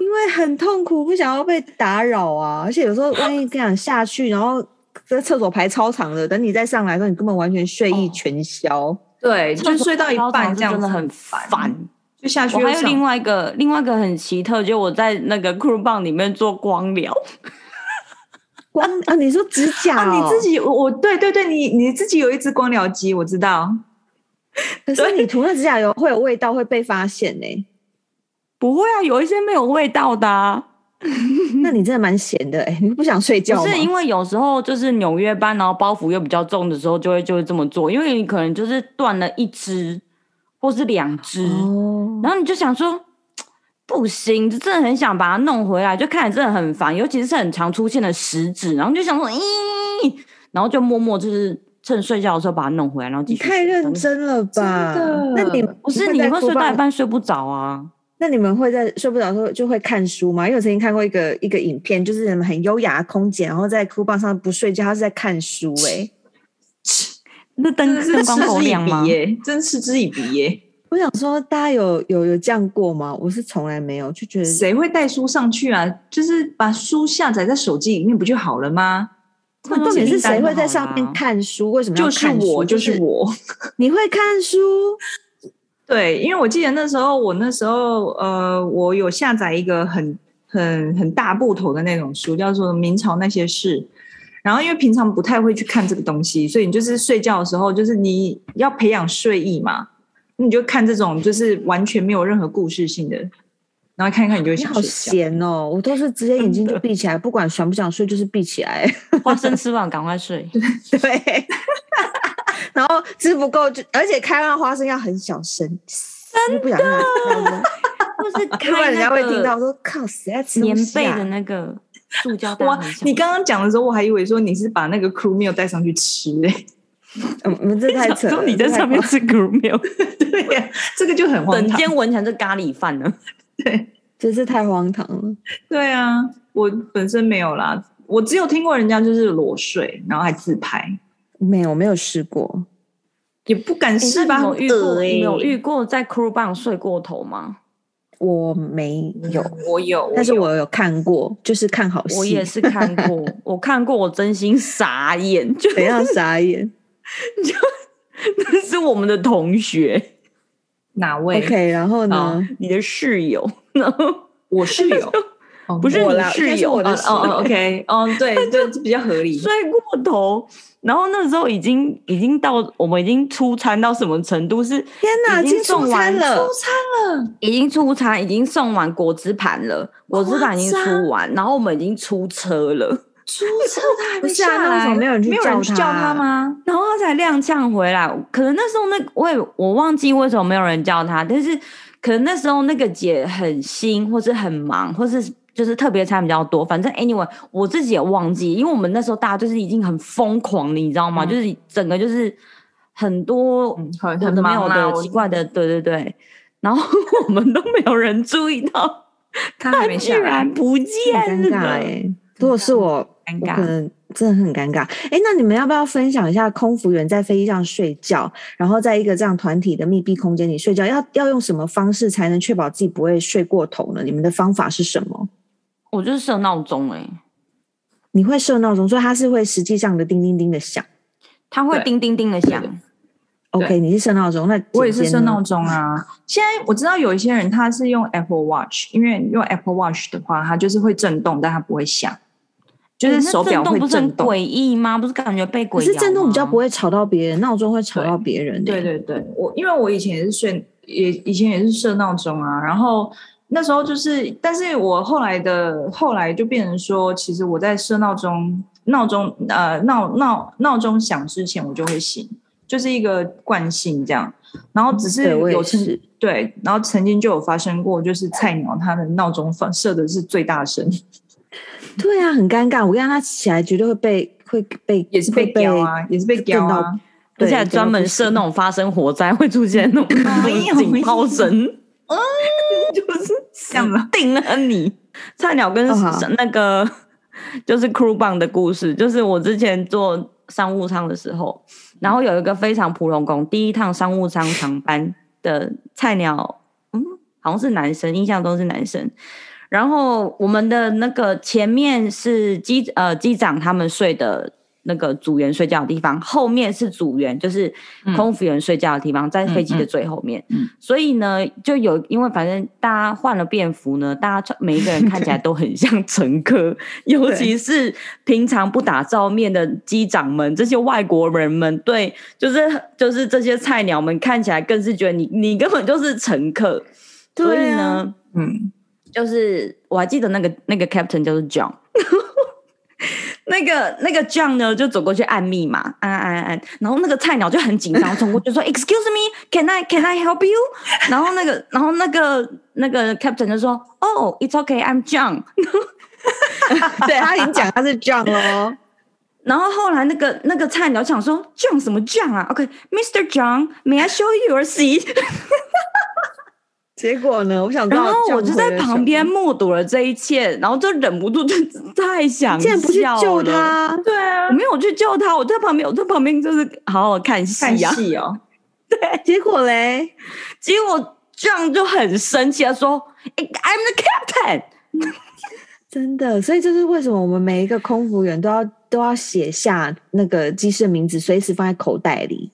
Speaker 3: 因为很痛苦，不想要被打扰啊。而且有时候万一跟你讲下去，然后这厕所排超长的，等你再上来的时候，你根本完全睡
Speaker 1: 哦
Speaker 3: 意全消。
Speaker 2: 对，就是睡到一半这样
Speaker 1: 真
Speaker 2: 子
Speaker 1: 的很
Speaker 2: 烦，
Speaker 1: 烦。
Speaker 2: 就下去
Speaker 1: 我
Speaker 2: 又
Speaker 1: 还有
Speaker 2: 上
Speaker 1: 另外一个，另外一个很奇特，就我在那个 crew 棒里面做光疗，
Speaker 3: 光啊，你说 指甲、
Speaker 2: 啊，
Speaker 3: 哦
Speaker 2: 你自，己我我对对对，你你自己有一只光疗机，我知道。
Speaker 3: 哦可是你涂那指甲油会有味道，会被发现呢、
Speaker 1: 不会啊，有一些没有味道的、啊。
Speaker 3: 那你真的蛮闲的哎、你不想睡觉
Speaker 1: 不
Speaker 3: 吗？
Speaker 1: 是因为有时候就是纽约班，然后包袱又比较重的时候，就会就会这么做，因为你可能就是断了一只或是两只，
Speaker 3: 哦，
Speaker 1: 然后你就想说。不行，就真的很想把它弄回来，就看起来真的很烦，尤其是很常出现的食指，然后就想说，咦，然后就默默就是趁睡觉的时候把它弄回来，然后继
Speaker 3: 你
Speaker 1: 续
Speaker 3: 太
Speaker 1: 睡
Speaker 3: 认，真了吧？
Speaker 2: 真
Speaker 3: 那
Speaker 2: 的
Speaker 3: 你
Speaker 1: 不是你
Speaker 3: 在
Speaker 1: 会
Speaker 3: 哭
Speaker 1: 睡
Speaker 3: 吧
Speaker 1: 到一半睡不着啊？
Speaker 3: 那你们会在睡不着的时候就会看书吗？因为我曾经看过一个一个影片，就是人们很优雅的空姐，然后在哭棒上不睡觉，她是在看书、欸。
Speaker 1: 那灯
Speaker 2: 真
Speaker 1: 灯光
Speaker 2: 嗤
Speaker 1: 够
Speaker 2: 之以
Speaker 1: 亮吗
Speaker 2: 鼻？耶，真嗤之以鼻耶！
Speaker 3: 我想说，大家有有有这样过吗？我是从来没有，就觉得
Speaker 2: 谁会带书上去啊？就是把书下载在手机里面不就好了吗？
Speaker 1: 那
Speaker 3: 重点是谁会在
Speaker 1: 就好啦
Speaker 3: 上面？看书？为什么要
Speaker 2: 就是
Speaker 3: 看
Speaker 2: 我，
Speaker 3: 书
Speaker 2: 就是。我。
Speaker 3: 你会看书？
Speaker 2: 对，因为我记得那时候，我那时候呃，我有下载一个很很很大部头的那种书，叫做《明朝那些事》。然后因为平常不太会去看这个东西，所以你就是睡觉的时候，就是你要培养睡意嘛，你就看这种就是完全没有任何故事性的，然后看一看你就会
Speaker 3: 你
Speaker 2: 想
Speaker 3: 好
Speaker 2: 睡觉。
Speaker 3: 闲哦！我都是直接眼睛就闭起来，不管想不想睡，就是闭起来。
Speaker 1: 花生吃完赶快睡。
Speaker 3: 对， 然后吃不够就，而且开完花生要很小声，真的不想让它
Speaker 1: 或是
Speaker 3: 不然
Speaker 1: 开
Speaker 3: 人
Speaker 1: 那
Speaker 3: 家会听
Speaker 1: 个
Speaker 3: 到说靠谁在吃东
Speaker 1: 棉
Speaker 3: 西
Speaker 1: 被
Speaker 3: 啊
Speaker 1: 的那个塑胶袋
Speaker 2: 哇
Speaker 1: 很小，
Speaker 2: 你刚刚讲的时候，我还以为说你是把那个 crew meal 带上去吃诶、
Speaker 3: 嗯，我们这太扯
Speaker 1: 想
Speaker 3: 了，
Speaker 1: 说你在
Speaker 3: 这太
Speaker 1: 上面
Speaker 3: 夸
Speaker 1: 吃 crew meal，
Speaker 2: 对呀、这个就很荒
Speaker 1: 整
Speaker 2: 唐。
Speaker 1: 间闻起来是咖喱饭呢。
Speaker 3: 真是太荒唐了。
Speaker 2: 对啊，我本身没有啦，我只有听过人家就是裸睡，然后还自拍，
Speaker 3: 没有，我没有试过。
Speaker 2: 也不敢
Speaker 1: 诶
Speaker 2: 试
Speaker 1: 那
Speaker 2: 吧？欸
Speaker 1: 你有遇过？你有遇
Speaker 2: 遇？
Speaker 1: 过在 crew bang 睡过头吗？
Speaker 3: 我没有，
Speaker 2: 我有，
Speaker 3: 但是
Speaker 2: 有
Speaker 3: 我有看过，就是看好戏。
Speaker 1: 嗯我也是看过，我看过，我真心傻眼，就
Speaker 3: 怎样 傻眼
Speaker 1: 是 我们的同学，
Speaker 2: 哪位
Speaker 3: ？OK，然后呢
Speaker 1: 哦？你的室友，然后
Speaker 2: 我室友，哦
Speaker 1: 不是
Speaker 2: 我
Speaker 1: 你
Speaker 2: 啦
Speaker 1: 室
Speaker 3: 应该是
Speaker 1: 友
Speaker 3: 我的
Speaker 2: 哦
Speaker 1: 啊
Speaker 2: 哦 哦，OK，哦，对对，这比较合理。
Speaker 1: 睡过头，然后那时候已经已经到我们已经出餐到什么程度是
Speaker 3: 天哪，
Speaker 1: 已
Speaker 3: 已
Speaker 1: 经
Speaker 3: 经出
Speaker 1: 送完
Speaker 3: 餐了，
Speaker 1: 已经出餐，已经送完果汁盘了，果汁盘已经
Speaker 2: 夸张
Speaker 1: 出完，然后我们已经出车了，
Speaker 2: 出车他还
Speaker 3: 不
Speaker 2: 没
Speaker 3: 是啊
Speaker 2: 下
Speaker 3: 那为什
Speaker 2: 来，
Speaker 3: 么没有人去
Speaker 2: 没有
Speaker 3: 叫
Speaker 2: 人去叫
Speaker 3: 他
Speaker 2: 他吗？
Speaker 1: 然后他才踉跄回来。可能那时候那我也我忘记为什么没有人叫他，但是可能那时候那个姐很新，或是很忙，或是。就是特别餐比较多，反正 anyway 我自己也忘记，因为我们那时候大家就是已经很疯狂了，你知道吗？
Speaker 2: 嗯
Speaker 1: 就是整个就是很啊多
Speaker 2: 嗯，很
Speaker 1: 有
Speaker 2: 很
Speaker 1: 的没
Speaker 2: 忙
Speaker 1: 有
Speaker 2: 啦
Speaker 1: 的
Speaker 2: 我
Speaker 1: 奇怪的，对对对，然后 我们都没有人注意到，
Speaker 2: 他还没啊
Speaker 1: 居
Speaker 2: 下来
Speaker 1: 然，不
Speaker 3: 很
Speaker 1: 见
Speaker 3: 尴
Speaker 1: 了，
Speaker 3: 尬哎。如果是我，
Speaker 1: 尴
Speaker 3: 我可
Speaker 1: 尬。
Speaker 3: 能真的很尴尬。哎，那你们要不要分享一下空服员在飞机上睡觉，然后在一个这样团体的密闭空间里睡觉，要要用什么方式才能确保自己不会睡过头呢？你们的方法是什么？
Speaker 1: 我就是设闹钟哎，
Speaker 3: 你会设闹钟，所以它是会实际上的叮叮叮的响。
Speaker 1: 它会
Speaker 2: 对
Speaker 1: 叮叮叮的响，
Speaker 3: OK，你是设闹钟，那
Speaker 2: 我也
Speaker 3: 简
Speaker 2: 是
Speaker 3: 简
Speaker 2: 设
Speaker 3: 呢
Speaker 2: 闹钟啊。现在我知道有一些人他是用 Apple Watch，因为用 Apple Watch 的话，它就是会震动，但它不会响，就是
Speaker 1: 诶哎那
Speaker 2: 手表
Speaker 1: 震
Speaker 2: 会
Speaker 1: 动，不是很
Speaker 2: 震动。
Speaker 1: 诡异吗？不是感觉被
Speaker 3: 可
Speaker 1: 鬼
Speaker 3: 是震动比较不
Speaker 1: 会
Speaker 3: 会吵到别人，闹钟会吵到别人、欸。
Speaker 2: 啊对对对，我因为我以前也是睡，也以前也是设闹钟啊，然后那时候就是，但是我后来的后来就变成说，其实我在设闹钟，闹钟呃闹闹闹钟响之前我就会醒，就是一个惯性这样。然后只是
Speaker 3: 对我也
Speaker 2: 有曾
Speaker 3: 是
Speaker 2: 对，然后曾经就有发生过，就是菜鸟他的闹钟放设的是最大声，
Speaker 3: 对啊，很尴尬。我跟你讲，他起来绝对会被会被
Speaker 2: 也是
Speaker 3: 会
Speaker 2: 被叼啊，也是被叼
Speaker 3: 震
Speaker 2: 啊
Speaker 3: 到。
Speaker 1: 而且还
Speaker 3: 对
Speaker 1: 专门设那种发生火灾会出现那种警报声，就是
Speaker 2: 这样了
Speaker 1: 定了你。菜鸟跟
Speaker 3: 哦
Speaker 2: 嗯
Speaker 3: 好
Speaker 1: 那个、就是 crew bang 的故事，就是我之前做商务舱的时候，然后有一个非常普龙工第一趟商务舱长班的菜鸟，嗯，好像是男生，印象中是男生。然后我们的那个前面是机呃机长他们睡的那个组员睡觉的地方，后面是组员就是
Speaker 2: 嗯
Speaker 1: 空服员睡觉的地方，在飞机的最后面。
Speaker 2: 嗯嗯
Speaker 1: 所以呢，就有因为反正大家换了便服呢，大家穿每一个人看起来都很像乘 客，尤其是平常不打照面的机长们，这些外国人们对，就是就是这些菜鸟们看起来更是觉得你你根本就是乘客。所以
Speaker 3: 对啊
Speaker 1: 呢，
Speaker 2: 嗯，
Speaker 1: 就是我还记得那个那个 captain 叫做 John，那个那个 John 呢就走过去按密码，按按按按，然后那个菜鸟就很紧张，冲过去说 Excuse me，Can I Can I help you？然后那个然后那个那个 captain 就说 "Oh, Oh，it's okay，I'm John。
Speaker 3: 对他已经讲他是哦 John 喽。
Speaker 1: 然后后来那个那个菜鸟想说 John 什么 John 啊？OK，Mr.、John，May I show you your seat？
Speaker 3: 结果呢，我想知
Speaker 1: 然
Speaker 3: 道，
Speaker 1: 后我就在旁边，目睹了这一切，然后就忍不住就太想
Speaker 3: 竟然不去
Speaker 1: 笑
Speaker 3: 救
Speaker 1: 了
Speaker 3: 他，
Speaker 2: 对啊
Speaker 1: 我，没有去救他，我在旁边，我在旁边就是好好看戏啊
Speaker 2: 看
Speaker 3: 啊
Speaker 1: 呀、
Speaker 2: 戏哦，
Speaker 3: 结果嘞，
Speaker 1: 结果这样就很生气，他说欸：“I'm the captain。
Speaker 3: 真的，所以这是为什么我们每一个空服员都要都要写下那个机师的名字，随时放在口袋里，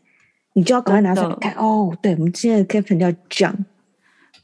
Speaker 3: 你就要赶快拿出
Speaker 1: 真
Speaker 3: 来
Speaker 1: 的
Speaker 3: 看。哦，对，我们今天的 captain 叫 John，”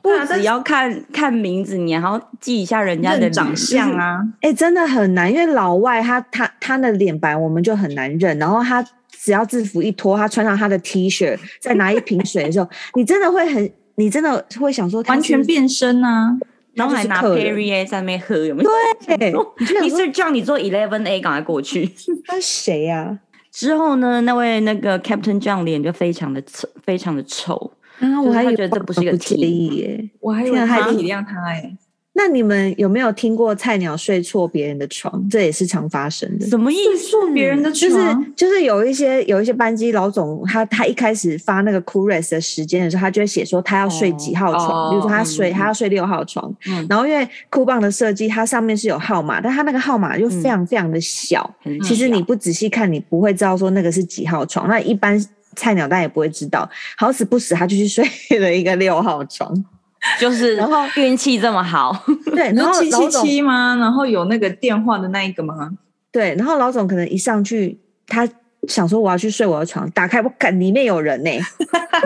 Speaker 1: 不
Speaker 2: 对啊但
Speaker 1: 只
Speaker 2: 是
Speaker 1: 要看看名字，你还要记一下人家的
Speaker 2: 认长
Speaker 1: 脸
Speaker 2: 相。啊，
Speaker 3: 哎、真的很难，因为老外他他他的脸白我们就很难认，然后他只要制服一脱，他穿上他的 T 恤，再拿一瓶水的时候，你真的会很，你真的会想说他
Speaker 2: 完
Speaker 3: 是
Speaker 2: 全
Speaker 3: 不是，
Speaker 2: 变身啊。
Speaker 1: 然后还拿
Speaker 3: 他就是客人
Speaker 1: Perrier 在那边喝，有没有？
Speaker 3: 对，你就 想
Speaker 1: 你
Speaker 3: 说
Speaker 1: 是叫你做 Eleven A，赶快过去。
Speaker 3: 他是谁啊呀、
Speaker 1: 之后呢，那位那个 Captain John 脸就非常的丑，非常的臭。啊，
Speaker 3: 我还以
Speaker 1: 会
Speaker 3: 为
Speaker 1: 觉得这不是一个
Speaker 3: 不介
Speaker 1: 题。
Speaker 3: 意耶。
Speaker 2: 我还以为
Speaker 3: 天啊
Speaker 2: 他
Speaker 3: 还
Speaker 2: 体谅他哎、
Speaker 3: 那你们有没有听过菜鸟睡错别人的床？这也是常发生的。
Speaker 1: 什么意思？
Speaker 2: 别人的
Speaker 3: 就是
Speaker 2: 床
Speaker 3: 就是有一些有一些班机老总，他他一开始发那个 c o r e s 的时间的时候，他就会写说他要睡几号床，
Speaker 2: 哦
Speaker 3: 比如说他睡、
Speaker 1: 嗯嗯
Speaker 3: 他要睡六号床，
Speaker 1: 嗯
Speaker 3: 然后因为酷棒的设计，它上面是有号码，但它那个号码就非常非常的小，
Speaker 1: 很
Speaker 3: 其实
Speaker 1: 嗯小
Speaker 3: 你不仔细看，你不会知道说那个是几号床，那一般菜鸟大家也不会知道，好死不死他就去睡了一个六号床，
Speaker 1: 就是
Speaker 3: 然后
Speaker 1: 运气这么好，
Speaker 3: 对，然
Speaker 2: 你说
Speaker 3: 后
Speaker 2: 七
Speaker 3: 老
Speaker 2: 七
Speaker 3: 总
Speaker 2: 七吗？然后有那个电话的那一个吗？
Speaker 3: 对，然后老总可能一上去，他想说我要去睡我的床，打开我看里面有人呢、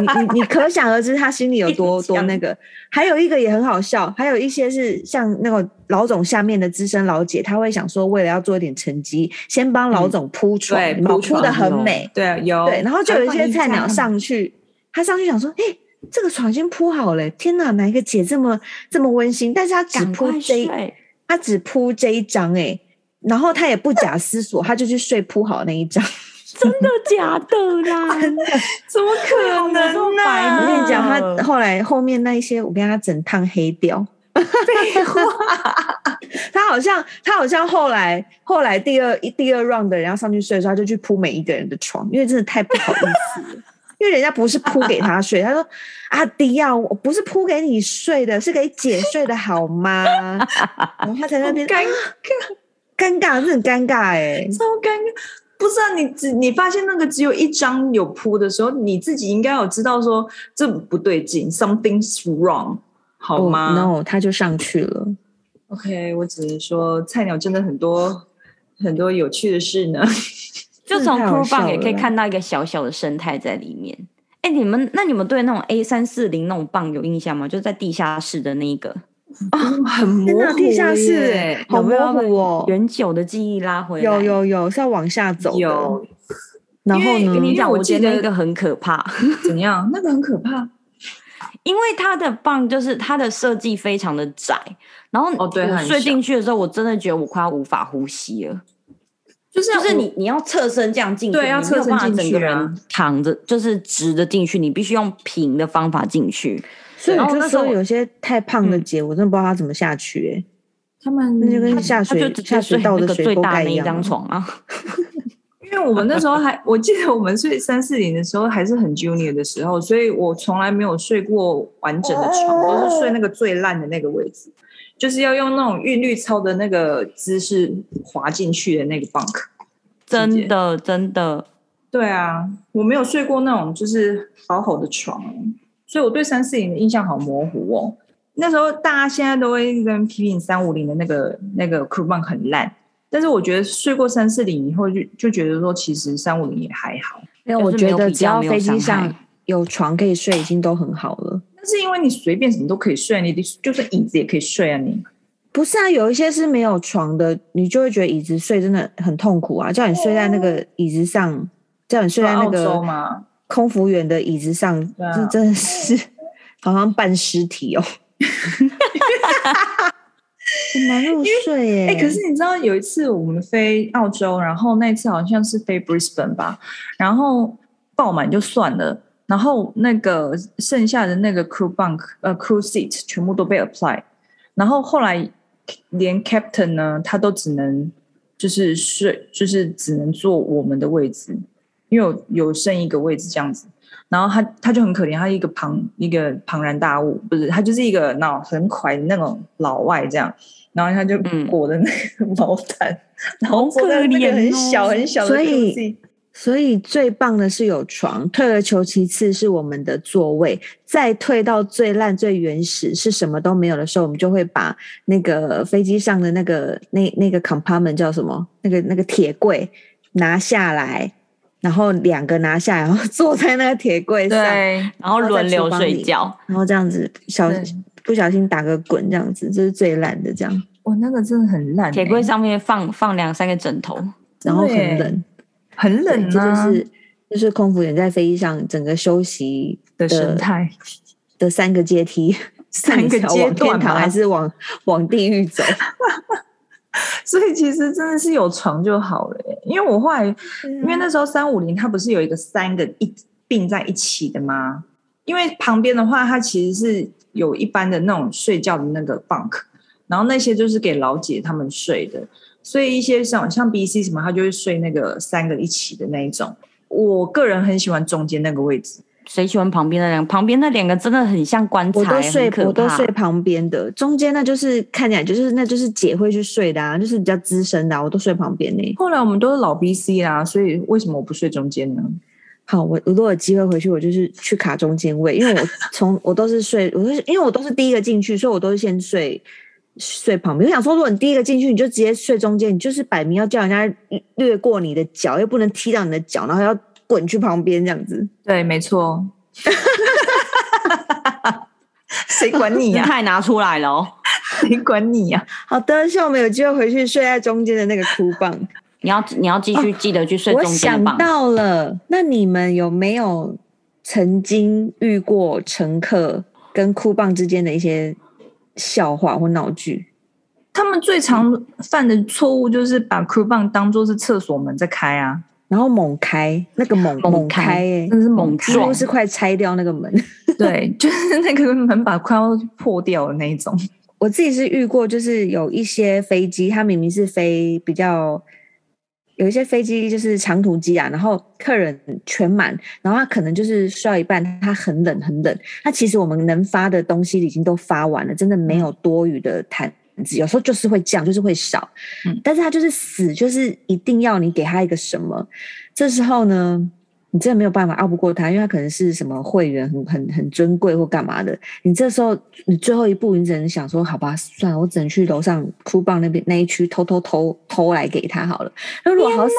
Speaker 3: 你你你可想而知他心里有多多那个。还有一个也很好笑，还有一些是像那个老总下面的资深老姐，她会想说为了要做一点成绩，先帮老总铺床，
Speaker 2: 对
Speaker 3: 有没有
Speaker 2: 铺
Speaker 3: 铺的
Speaker 1: 床
Speaker 3: 很
Speaker 1: 有
Speaker 3: 美，
Speaker 2: 对啊，有
Speaker 3: 对，然后就有一些菜鸟，
Speaker 2: 还放衣架
Speaker 3: 上去，他上去想说，哎、这个床已经铺好了、天哪，哪一个姐这么这么温馨？但是她只
Speaker 1: 赶
Speaker 3: 铺
Speaker 1: 快
Speaker 3: 这一
Speaker 1: 睡。
Speaker 3: 他只铺这一张哎、然后他也不假思索，他就去睡铺好那一张。
Speaker 1: 真的假的啦？
Speaker 2: 怎么可
Speaker 1: 对啊我说
Speaker 2: 能呢、
Speaker 1: 白
Speaker 3: 我
Speaker 1: 目
Speaker 3: 跟你讲，
Speaker 1: 啊
Speaker 3: 他后来后面那一些，我跟他整趟黑掉。 他好像他好像后来后来第二第二 round 的人要上去睡的时候，他就去铺每一个人的床，因为真的太不好意思了。 因为人家不是铺给他睡，他说：“阿迪呀、我不是铺给你睡的，是给姐睡的好吗？”然后他在那边
Speaker 2: 尴
Speaker 3: 尴尬，真的很尴尬哎、
Speaker 2: 超尴尬。不是啊，你只你发现那个只有一张有铺的时候，你自己应该有知道说这不对劲，something's wrong，好吗、
Speaker 3: n o 哦他就上去了。
Speaker 2: o k 哦我只是说菜鸟真的很多很多有趣的事呢。
Speaker 1: 就
Speaker 3: 真的
Speaker 1: 从 c r
Speaker 3: 太好
Speaker 1: e
Speaker 3: 笑
Speaker 1: Bang 也可以
Speaker 3: 了
Speaker 1: 看到一个小小的生态在里面。哎、你们那你们对那种 A 三四零那种棒有印象吗？就在地下室的那一个，
Speaker 2: 很
Speaker 3: 天
Speaker 2: 模
Speaker 3: 哪，
Speaker 2: 糊
Speaker 3: 地下室
Speaker 2: 耶
Speaker 3: 好
Speaker 1: 有没有
Speaker 3: 模糊哦。
Speaker 1: 远久的记忆拉回来。
Speaker 3: 有，有有是要往下走的，
Speaker 2: 有
Speaker 3: 然后
Speaker 2: 因为
Speaker 1: 跟
Speaker 3: 呢
Speaker 1: 你？讲，
Speaker 2: 因为
Speaker 1: 我
Speaker 2: 我
Speaker 1: 觉
Speaker 2: 记
Speaker 1: 得
Speaker 2: 得
Speaker 1: 那个很可怕，
Speaker 2: 怎样？那个很可怕
Speaker 1: 因为它的棒就是它的设计非常的窄，然后
Speaker 2: 哦对
Speaker 1: 我
Speaker 2: 很
Speaker 1: 睡
Speaker 2: 小
Speaker 1: 进去的时候，我真的觉得我快要无法呼吸了。
Speaker 2: 就是
Speaker 3: 啊
Speaker 1: 就是
Speaker 2: 我
Speaker 1: 你你要侧身这样进去，
Speaker 2: 对要
Speaker 1: 你没有
Speaker 2: 侧身
Speaker 1: 办法
Speaker 2: 进
Speaker 1: 整个
Speaker 2: 去啊
Speaker 1: 人躺着就是直的进去，你必须用平的方法进去。
Speaker 3: 所以
Speaker 1: 然
Speaker 3: 我
Speaker 1: 后
Speaker 3: 就
Speaker 1: 那时候
Speaker 3: 说
Speaker 1: 我
Speaker 3: 有些太胖的
Speaker 1: 嗯
Speaker 3: 姐，我真的不知道她怎么下去、欸
Speaker 2: 他们
Speaker 3: 那就跟下
Speaker 1: 他就
Speaker 3: 水
Speaker 1: 直接
Speaker 3: 下
Speaker 1: 睡
Speaker 3: 水道
Speaker 1: 那
Speaker 3: 的
Speaker 1: 个
Speaker 3: 水
Speaker 1: 最
Speaker 3: 沟
Speaker 1: 大
Speaker 3: 盖
Speaker 1: 的那
Speaker 3: 一
Speaker 1: 一
Speaker 3: 样
Speaker 1: 张
Speaker 3: 啊。
Speaker 1: 床 啊，
Speaker 2: 因为我们那时候还，我记得我们睡三四零的时候还是很 junior 的时候，所以我从来没有睡过完整的床，都是睡那个最烂的那个位置，就是要用那种韵律操的那个姿势滑进去的那个 bunk。
Speaker 1: 真的真的。
Speaker 2: 对啊，我没有睡过那种就是好好的床，所以我对三四零的印象好模糊哦。那时候大家现在都会一直在批评三五零的那个那个 crew bunk 很烂，但是我觉得睡过三四零以后就就觉得说，其实三五零也还好。
Speaker 3: 因为
Speaker 1: 就
Speaker 3: 我
Speaker 1: 是没
Speaker 3: 觉
Speaker 1: 有
Speaker 3: 得
Speaker 1: 比
Speaker 3: 只
Speaker 1: 较
Speaker 3: 要
Speaker 1: 没有
Speaker 3: 飞机
Speaker 1: 伤
Speaker 3: 上
Speaker 1: 害
Speaker 3: 有床可以睡，已经都很好了。
Speaker 2: 那是因为你随便什么都可以睡，你就算椅子也可以睡啊你。
Speaker 3: 不是啊，有一些是没有床的，你就会觉得椅子睡真的很痛苦啊！叫你睡在那个椅子上，叫你睡在啊那
Speaker 2: 澳洲
Speaker 3: 个嗯
Speaker 2: 嘛，
Speaker 3: 空服员的椅子上，
Speaker 2: 对啊
Speaker 3: 这真的是好像半尸体哦，很难入睡耶。
Speaker 2: 哎、可是你知道有一次我们飞澳洲，然后那次好像是飞 Brisbane 吧，然后爆满就算了，然后那个剩下的那个 crew bunk 呃 crew seat 全部都被 apply，然后后来连 captain 呢，他都只能就是睡，就是只能坐我们的位置，因为有有剩一个位置这样子。然后他他就很可怜，他一个庞一个庞然大物，不是他就是一个脑很快的那种老外这样，然后他就
Speaker 1: 嗯
Speaker 2: 裹着那个毛毯，然后
Speaker 1: 好
Speaker 2: 坐在那个
Speaker 1: 可
Speaker 2: 很
Speaker 1: 怜哦
Speaker 2: 小很小的
Speaker 3: 所以
Speaker 2: cozy
Speaker 3: 所以最棒的是有床，退而求其次是我们的座位，再退到最烂最原始是什么都没有的时候，我们就会把那个飞机上的那个那那个 compartment 叫什么？那个那个铁柜拿下来，然后两个拿下来，然后 坐在那个铁柜上，
Speaker 2: 对，
Speaker 1: 然后
Speaker 3: 然后在
Speaker 1: 轮流
Speaker 3: 厨房
Speaker 1: 睡
Speaker 3: 里
Speaker 1: 觉，
Speaker 3: 然后这样子小
Speaker 2: 对
Speaker 3: 不小心打个滚，这样子这是最烂的这样，
Speaker 2: 哇，那个真的很烂欸、
Speaker 1: 铁柜上面放放两三个枕头，
Speaker 3: 然后
Speaker 2: 真的耶
Speaker 3: 很冷，
Speaker 2: 很冷
Speaker 3: 对
Speaker 2: 啊
Speaker 3: 这就是就是空服员在飞机上整个休息
Speaker 2: 的神态，
Speaker 3: 的三个阶梯，
Speaker 2: 三个阶
Speaker 3: 看你是要往
Speaker 2: 段
Speaker 3: 天堂
Speaker 2: 吧
Speaker 3: 还是往往地狱走？
Speaker 2: 所以其实真的是有床就好了、欸，因为我后来因
Speaker 3: 因
Speaker 2: 为那时候三五零它不是有一个三个一并在一起的吗？因为旁边的话，它其实是有一般的那种睡觉的那个 bunk，然后那些就是给老姐他们睡的，所以一些像像 B C 什么，他就会睡那个三个一起的那一种。我个人很喜欢中间那个位置，
Speaker 1: 谁喜欢旁边那两个？旁边那两个真的很像棺材，
Speaker 3: 我都睡
Speaker 1: 很可怕
Speaker 3: 我都睡旁边的，中间那就是看起来就是那就是姐会去睡的啊，就是比较资深的、啊，我都睡旁边呢、
Speaker 2: 后来我们都是老 B C 啦，所以为什么我不睡中间呢？
Speaker 3: 好，我如果有机会回去，我就是去卡中间位，因为我从我都是睡，我都是因为我都是第一个进去，所以我都是先睡睡旁边。我想说，如果你第一个进去，你就直接睡中间，你就是摆明要叫人家掠过你的脚，又不能踢到你的脚，然后要滚去旁边这样子。
Speaker 2: 对，没错。 谁管你
Speaker 1: 姿
Speaker 2: 呀、
Speaker 1: 态拿出来了哦。
Speaker 2: 谁管你呀、
Speaker 3: 好的，希望我们有机会回去睡在中间的那个哭 棒。
Speaker 1: 你要你要继续记得去睡
Speaker 3: 哦我
Speaker 1: 中间
Speaker 3: 想
Speaker 1: 的棒。
Speaker 3: 到了，那你们有没有曾经遇过乘客跟哭棒之间的一些笑话或闹剧？
Speaker 2: 他们最常犯的错误就是把 crew 棒当做是厕所门在开啊，
Speaker 3: 然后猛开那个猛
Speaker 1: 猛
Speaker 3: 开
Speaker 1: 开嗯
Speaker 3: 欸
Speaker 2: 真的是猛
Speaker 3: 几乎
Speaker 2: 撞，
Speaker 3: 是快拆掉那个门。
Speaker 2: 对， 就是那个门把快要破掉的那一种。
Speaker 3: 我自己是遇过，就是有一些飞机，它明明是飞比较。有一些飞机就是长途机啊，然后客人全满，然后他可能就是睡到一半，他很冷很冷，那其实我们能发的东西已经都发完了，真的没有多余的毯子，有时候就是会降，就是会少，
Speaker 2: 嗯
Speaker 3: 但是他就是死，就是一定要你给他一个什么。这时候呢，你真的没有办法拗不过他，因为他可能是什么会员很很很尊贵或干嘛的。你这时候你最后一步，你只能想说，好吧，算了，我只能去楼上哭棒那边那一区偷偷偷偷来给他好了。那如果好死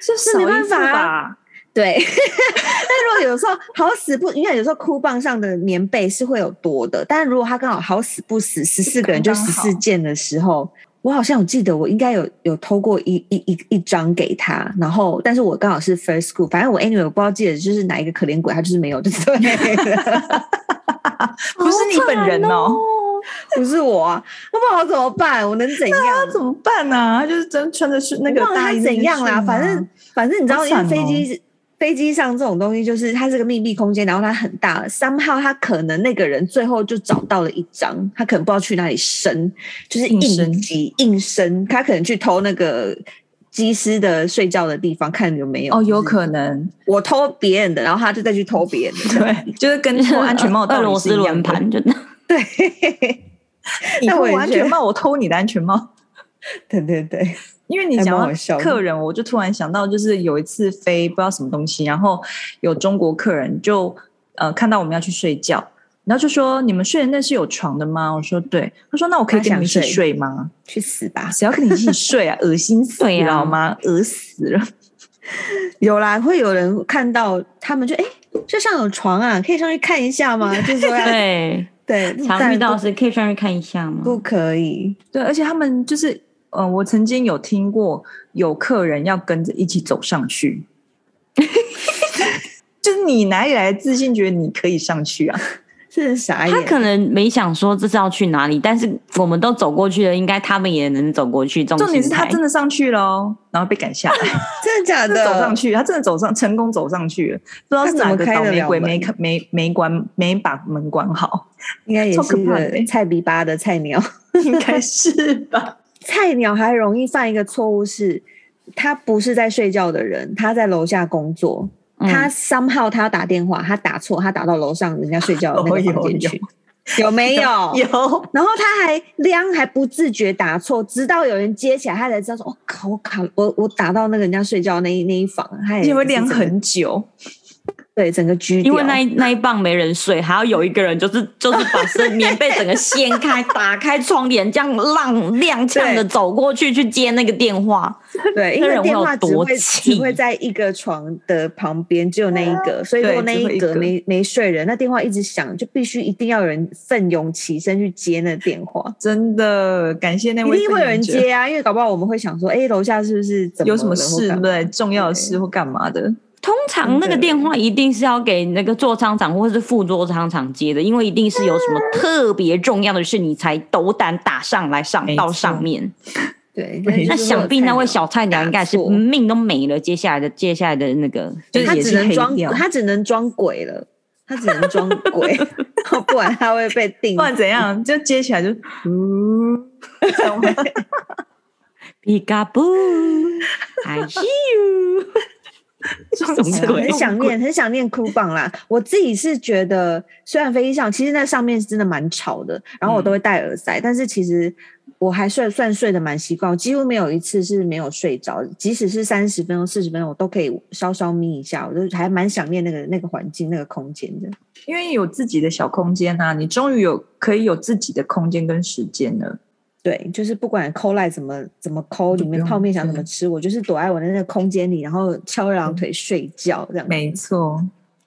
Speaker 2: 这
Speaker 3: 这没办法啊
Speaker 2: 少一次吧，
Speaker 3: 对， 但如果有时候好死不，因为有时候哭棒上的棉被是会有多的，但如果他刚好好死不死，十四个人就
Speaker 2: 刚
Speaker 3: 十
Speaker 2: 刚好
Speaker 3: 四件的时候，我好像有记得我应该有有偷过一一一一张给他，然后但是我刚好是 first school，反正我 anyway 我不知道记得就是哪一个可怜鬼，他就是没有，就是对了
Speaker 2: 不是你本人
Speaker 1: 好
Speaker 2: 哦
Speaker 1: 惨，
Speaker 3: 不是我、啊，那不好怎么办？我能怎样？
Speaker 2: 那怎么办啊？他就是真穿着是那个啊
Speaker 3: 我忘了
Speaker 2: 大
Speaker 3: 他
Speaker 2: 衣在那
Speaker 3: 怎
Speaker 2: 边
Speaker 3: 样啦，
Speaker 2: 睡
Speaker 3: 反正
Speaker 2: 嘛
Speaker 3: 反正你知
Speaker 2: 好
Speaker 3: 道，因为
Speaker 2: 惨
Speaker 3: 飞
Speaker 2: 哦
Speaker 3: 机、飞机上这种东西，就是它是个密闭空间，然后它很大，三号他可能那个人最后就找到了一张，他可能不知道去哪里伸，就是
Speaker 2: 硬
Speaker 3: 应
Speaker 2: 伸
Speaker 3: 急嗯硬伸，他可能去偷那个。机师的睡觉的地方看有没有
Speaker 2: 哦，有
Speaker 3: 就是
Speaker 2: 可能
Speaker 3: 我偷别人的，然后他就再去偷别人的这样。
Speaker 2: 对， 就是跟
Speaker 1: 就是
Speaker 2: 脱 安全帽的
Speaker 1: 俄
Speaker 2: 道理
Speaker 1: 罗
Speaker 2: 是
Speaker 1: 斯
Speaker 2: 一样
Speaker 1: 轮
Speaker 2: 的。
Speaker 1: 盘，就
Speaker 2: 你
Speaker 3: 那
Speaker 2: 偷
Speaker 3: 我也
Speaker 2: 我安
Speaker 3: 觉得
Speaker 2: 全帽，我偷你的安全帽。
Speaker 3: 对对对，
Speaker 2: 因为你
Speaker 3: 还
Speaker 2: 讲
Speaker 3: 蛮好笑
Speaker 2: 到
Speaker 3: 的
Speaker 2: 客人，我就突然想到，就是有一次飞不知道什么东西，然后有中国客人就呃看到我们要去睡觉，然后就说你们睡的那是有床的吗？我说对，他说那我可以
Speaker 3: 他
Speaker 2: 跟你们一
Speaker 3: 想
Speaker 2: 起
Speaker 3: 睡
Speaker 2: 睡吗？
Speaker 3: 去死吧！
Speaker 2: 谁要跟你一起睡啊？恶心死
Speaker 1: 对
Speaker 2: 了
Speaker 1: 啊
Speaker 2: 好吗？恶死了！
Speaker 3: 有啦，会有人看到他们就哎，这上有床啊，可以上去看一下 吗？就说要
Speaker 1: 对，
Speaker 3: 对，
Speaker 1: 常
Speaker 3: 但
Speaker 1: 遇到
Speaker 3: 不
Speaker 1: 是可以上去看一下吗？
Speaker 3: 不可以，
Speaker 2: 对，而且他们就是呃，我曾经有听过有客人要跟着一起走上去， 就是你哪里来的自信，觉得你可以上去啊？
Speaker 3: 真的傻眼。
Speaker 1: 他可能没想说这是要去哪里，但是我们都走过去了，应该他们也能走过去。重
Speaker 2: 重点是他真
Speaker 1: 的
Speaker 2: 的上去了哦，然后被赶下来。
Speaker 3: 真的假
Speaker 2: 他真
Speaker 3: 的？
Speaker 2: 的走上去，他真的走上，成功走上去了，不知道是哪个倒霉鬼没
Speaker 3: 他
Speaker 2: 没没关没把门关好，
Speaker 3: 应该也
Speaker 2: 超
Speaker 3: 是
Speaker 2: 可
Speaker 3: 一
Speaker 2: 怕的
Speaker 3: 个菜逼吧的菜鸟。
Speaker 2: 应该是吧？
Speaker 3: 菜鸟还容易犯一个错误是，他不是在睡觉的人，他在楼下工作。
Speaker 2: 嗯
Speaker 1: 嗯
Speaker 3: 他 somehow 他要打电话，他打错，他打到楼上人家睡觉的那
Speaker 2: 哦
Speaker 3: 个房间去，有没有？
Speaker 2: 有，
Speaker 3: 然后他还量还不自觉打错，直到有人接起来，他才知道说：“我、靠，我卡我我打到那个人家睡觉那一那一房。”他
Speaker 2: 而
Speaker 3: 也
Speaker 2: 且会
Speaker 3: 是
Speaker 2: 晾
Speaker 3: 整个
Speaker 2: 很久，
Speaker 3: 对整个居
Speaker 1: 因为那一那一棒没人睡，还要有一个人就是就是把身棉被整个掀开，打开窗帘，这样踉踉跄的
Speaker 3: 对
Speaker 1: 走过去去接那个电话。
Speaker 3: 对，因
Speaker 1: 那
Speaker 3: 为
Speaker 1: 人会
Speaker 3: 电
Speaker 1: 有
Speaker 3: 话只
Speaker 1: 多
Speaker 3: 会只
Speaker 1: 气
Speaker 3: 会在一个床的旁边，只有那一个，所以如
Speaker 2: 对
Speaker 3: 果那
Speaker 2: 只会
Speaker 3: 一
Speaker 2: 一
Speaker 3: 格
Speaker 2: 个
Speaker 3: 没没睡人，那电话一直响，就必须一定要有人奋勇起身去接那电话，
Speaker 2: 真的感谢那
Speaker 3: 一
Speaker 2: 位，
Speaker 3: 定会有人，接啊，因为搞不好我们会想说，哎，楼下是不是怎么
Speaker 2: 有什么
Speaker 3: 了或
Speaker 2: 事对
Speaker 3: 干
Speaker 2: 不
Speaker 3: 嘛
Speaker 2: 对？重要的事或干嘛的？
Speaker 1: 通常那个
Speaker 3: 真的
Speaker 1: 电话一定是要给那个座舱长或是副座舱长接的，因为一定是有什么特别重要的事，你才斗胆打上来上
Speaker 2: 没
Speaker 1: 到
Speaker 2: 错
Speaker 1: 上面。
Speaker 3: 对，
Speaker 2: 那
Speaker 1: 那想必那位小菜鸟应该是
Speaker 3: 打错
Speaker 1: 命都没了，接下来的接下来的那个
Speaker 2: 就
Speaker 3: 他
Speaker 2: 也
Speaker 3: 只
Speaker 2: 是
Speaker 3: 能
Speaker 2: 黑
Speaker 3: 装
Speaker 2: 掉
Speaker 3: 他只能装鬼了。他只能装 鬼， 不然他会被定
Speaker 2: 不。然 怎样？就接起来就，呜、这样会
Speaker 1: 皮卡布，I see you，
Speaker 2: 装
Speaker 1: 什么
Speaker 2: 死
Speaker 1: 鬼
Speaker 3: 很想念，很想念哭棒啦。我自己是觉得，虽然飞机上其实那上面是真的蛮吵的，然后我都
Speaker 2: 嗯
Speaker 3: 会戴耳塞，但是其实我还算算睡得蛮习惯，我几乎没有一次是没有睡着，即使是三十分钟、四十分钟，我都可以稍稍眯一下，我就还蛮想念那个那个环境、那个空间的。
Speaker 2: 因为有自己的小空间啊，你终于有可以有自己的空间跟时间了。
Speaker 3: 对，就是不管抠赖怎么怎么抠，
Speaker 2: 就
Speaker 3: 里
Speaker 2: 嗯不
Speaker 3: 面
Speaker 2: 用
Speaker 3: 泡面想怎么
Speaker 2: 对
Speaker 3: 吃，我就是躲在我的那个空间里，然后翘二郎腿睡觉这样。
Speaker 2: 没错，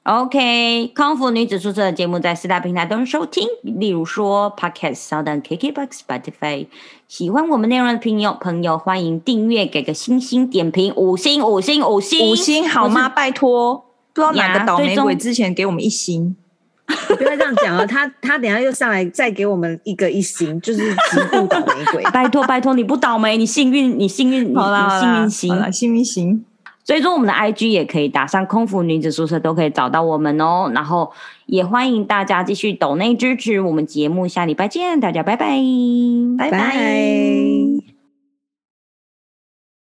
Speaker 1: OK，康复女子宿舍的节目在四大平台都能收听，例如说 Podcast、稍等 KKBox、Spotify。喜欢我们内容的朋友，朋友欢迎订阅，给个星星点评，五星五星五星
Speaker 2: 五星好吗？？拜托，不知道哪
Speaker 1: 呀
Speaker 2: 个倒
Speaker 1: 最
Speaker 2: 霉
Speaker 1: 终
Speaker 2: 鬼之前给我们一星，
Speaker 3: 不要这样讲啊，他他等一下又上来再给我们一个一星，就是极度倒霉鬼
Speaker 1: 我 是。拜托拜托，你不倒霉，你幸运，你幸运，你
Speaker 2: 好啦，
Speaker 1: 你幸运
Speaker 2: 好
Speaker 1: 星
Speaker 2: 啦，。幸运星，
Speaker 1: 追踪我们的 IG 也可以打上空服女子宿舍，都可以找到我们哦。然后也欢迎大家继续抖内支持我们节目，下礼拜见，大家拜拜，
Speaker 2: 拜
Speaker 3: 拜。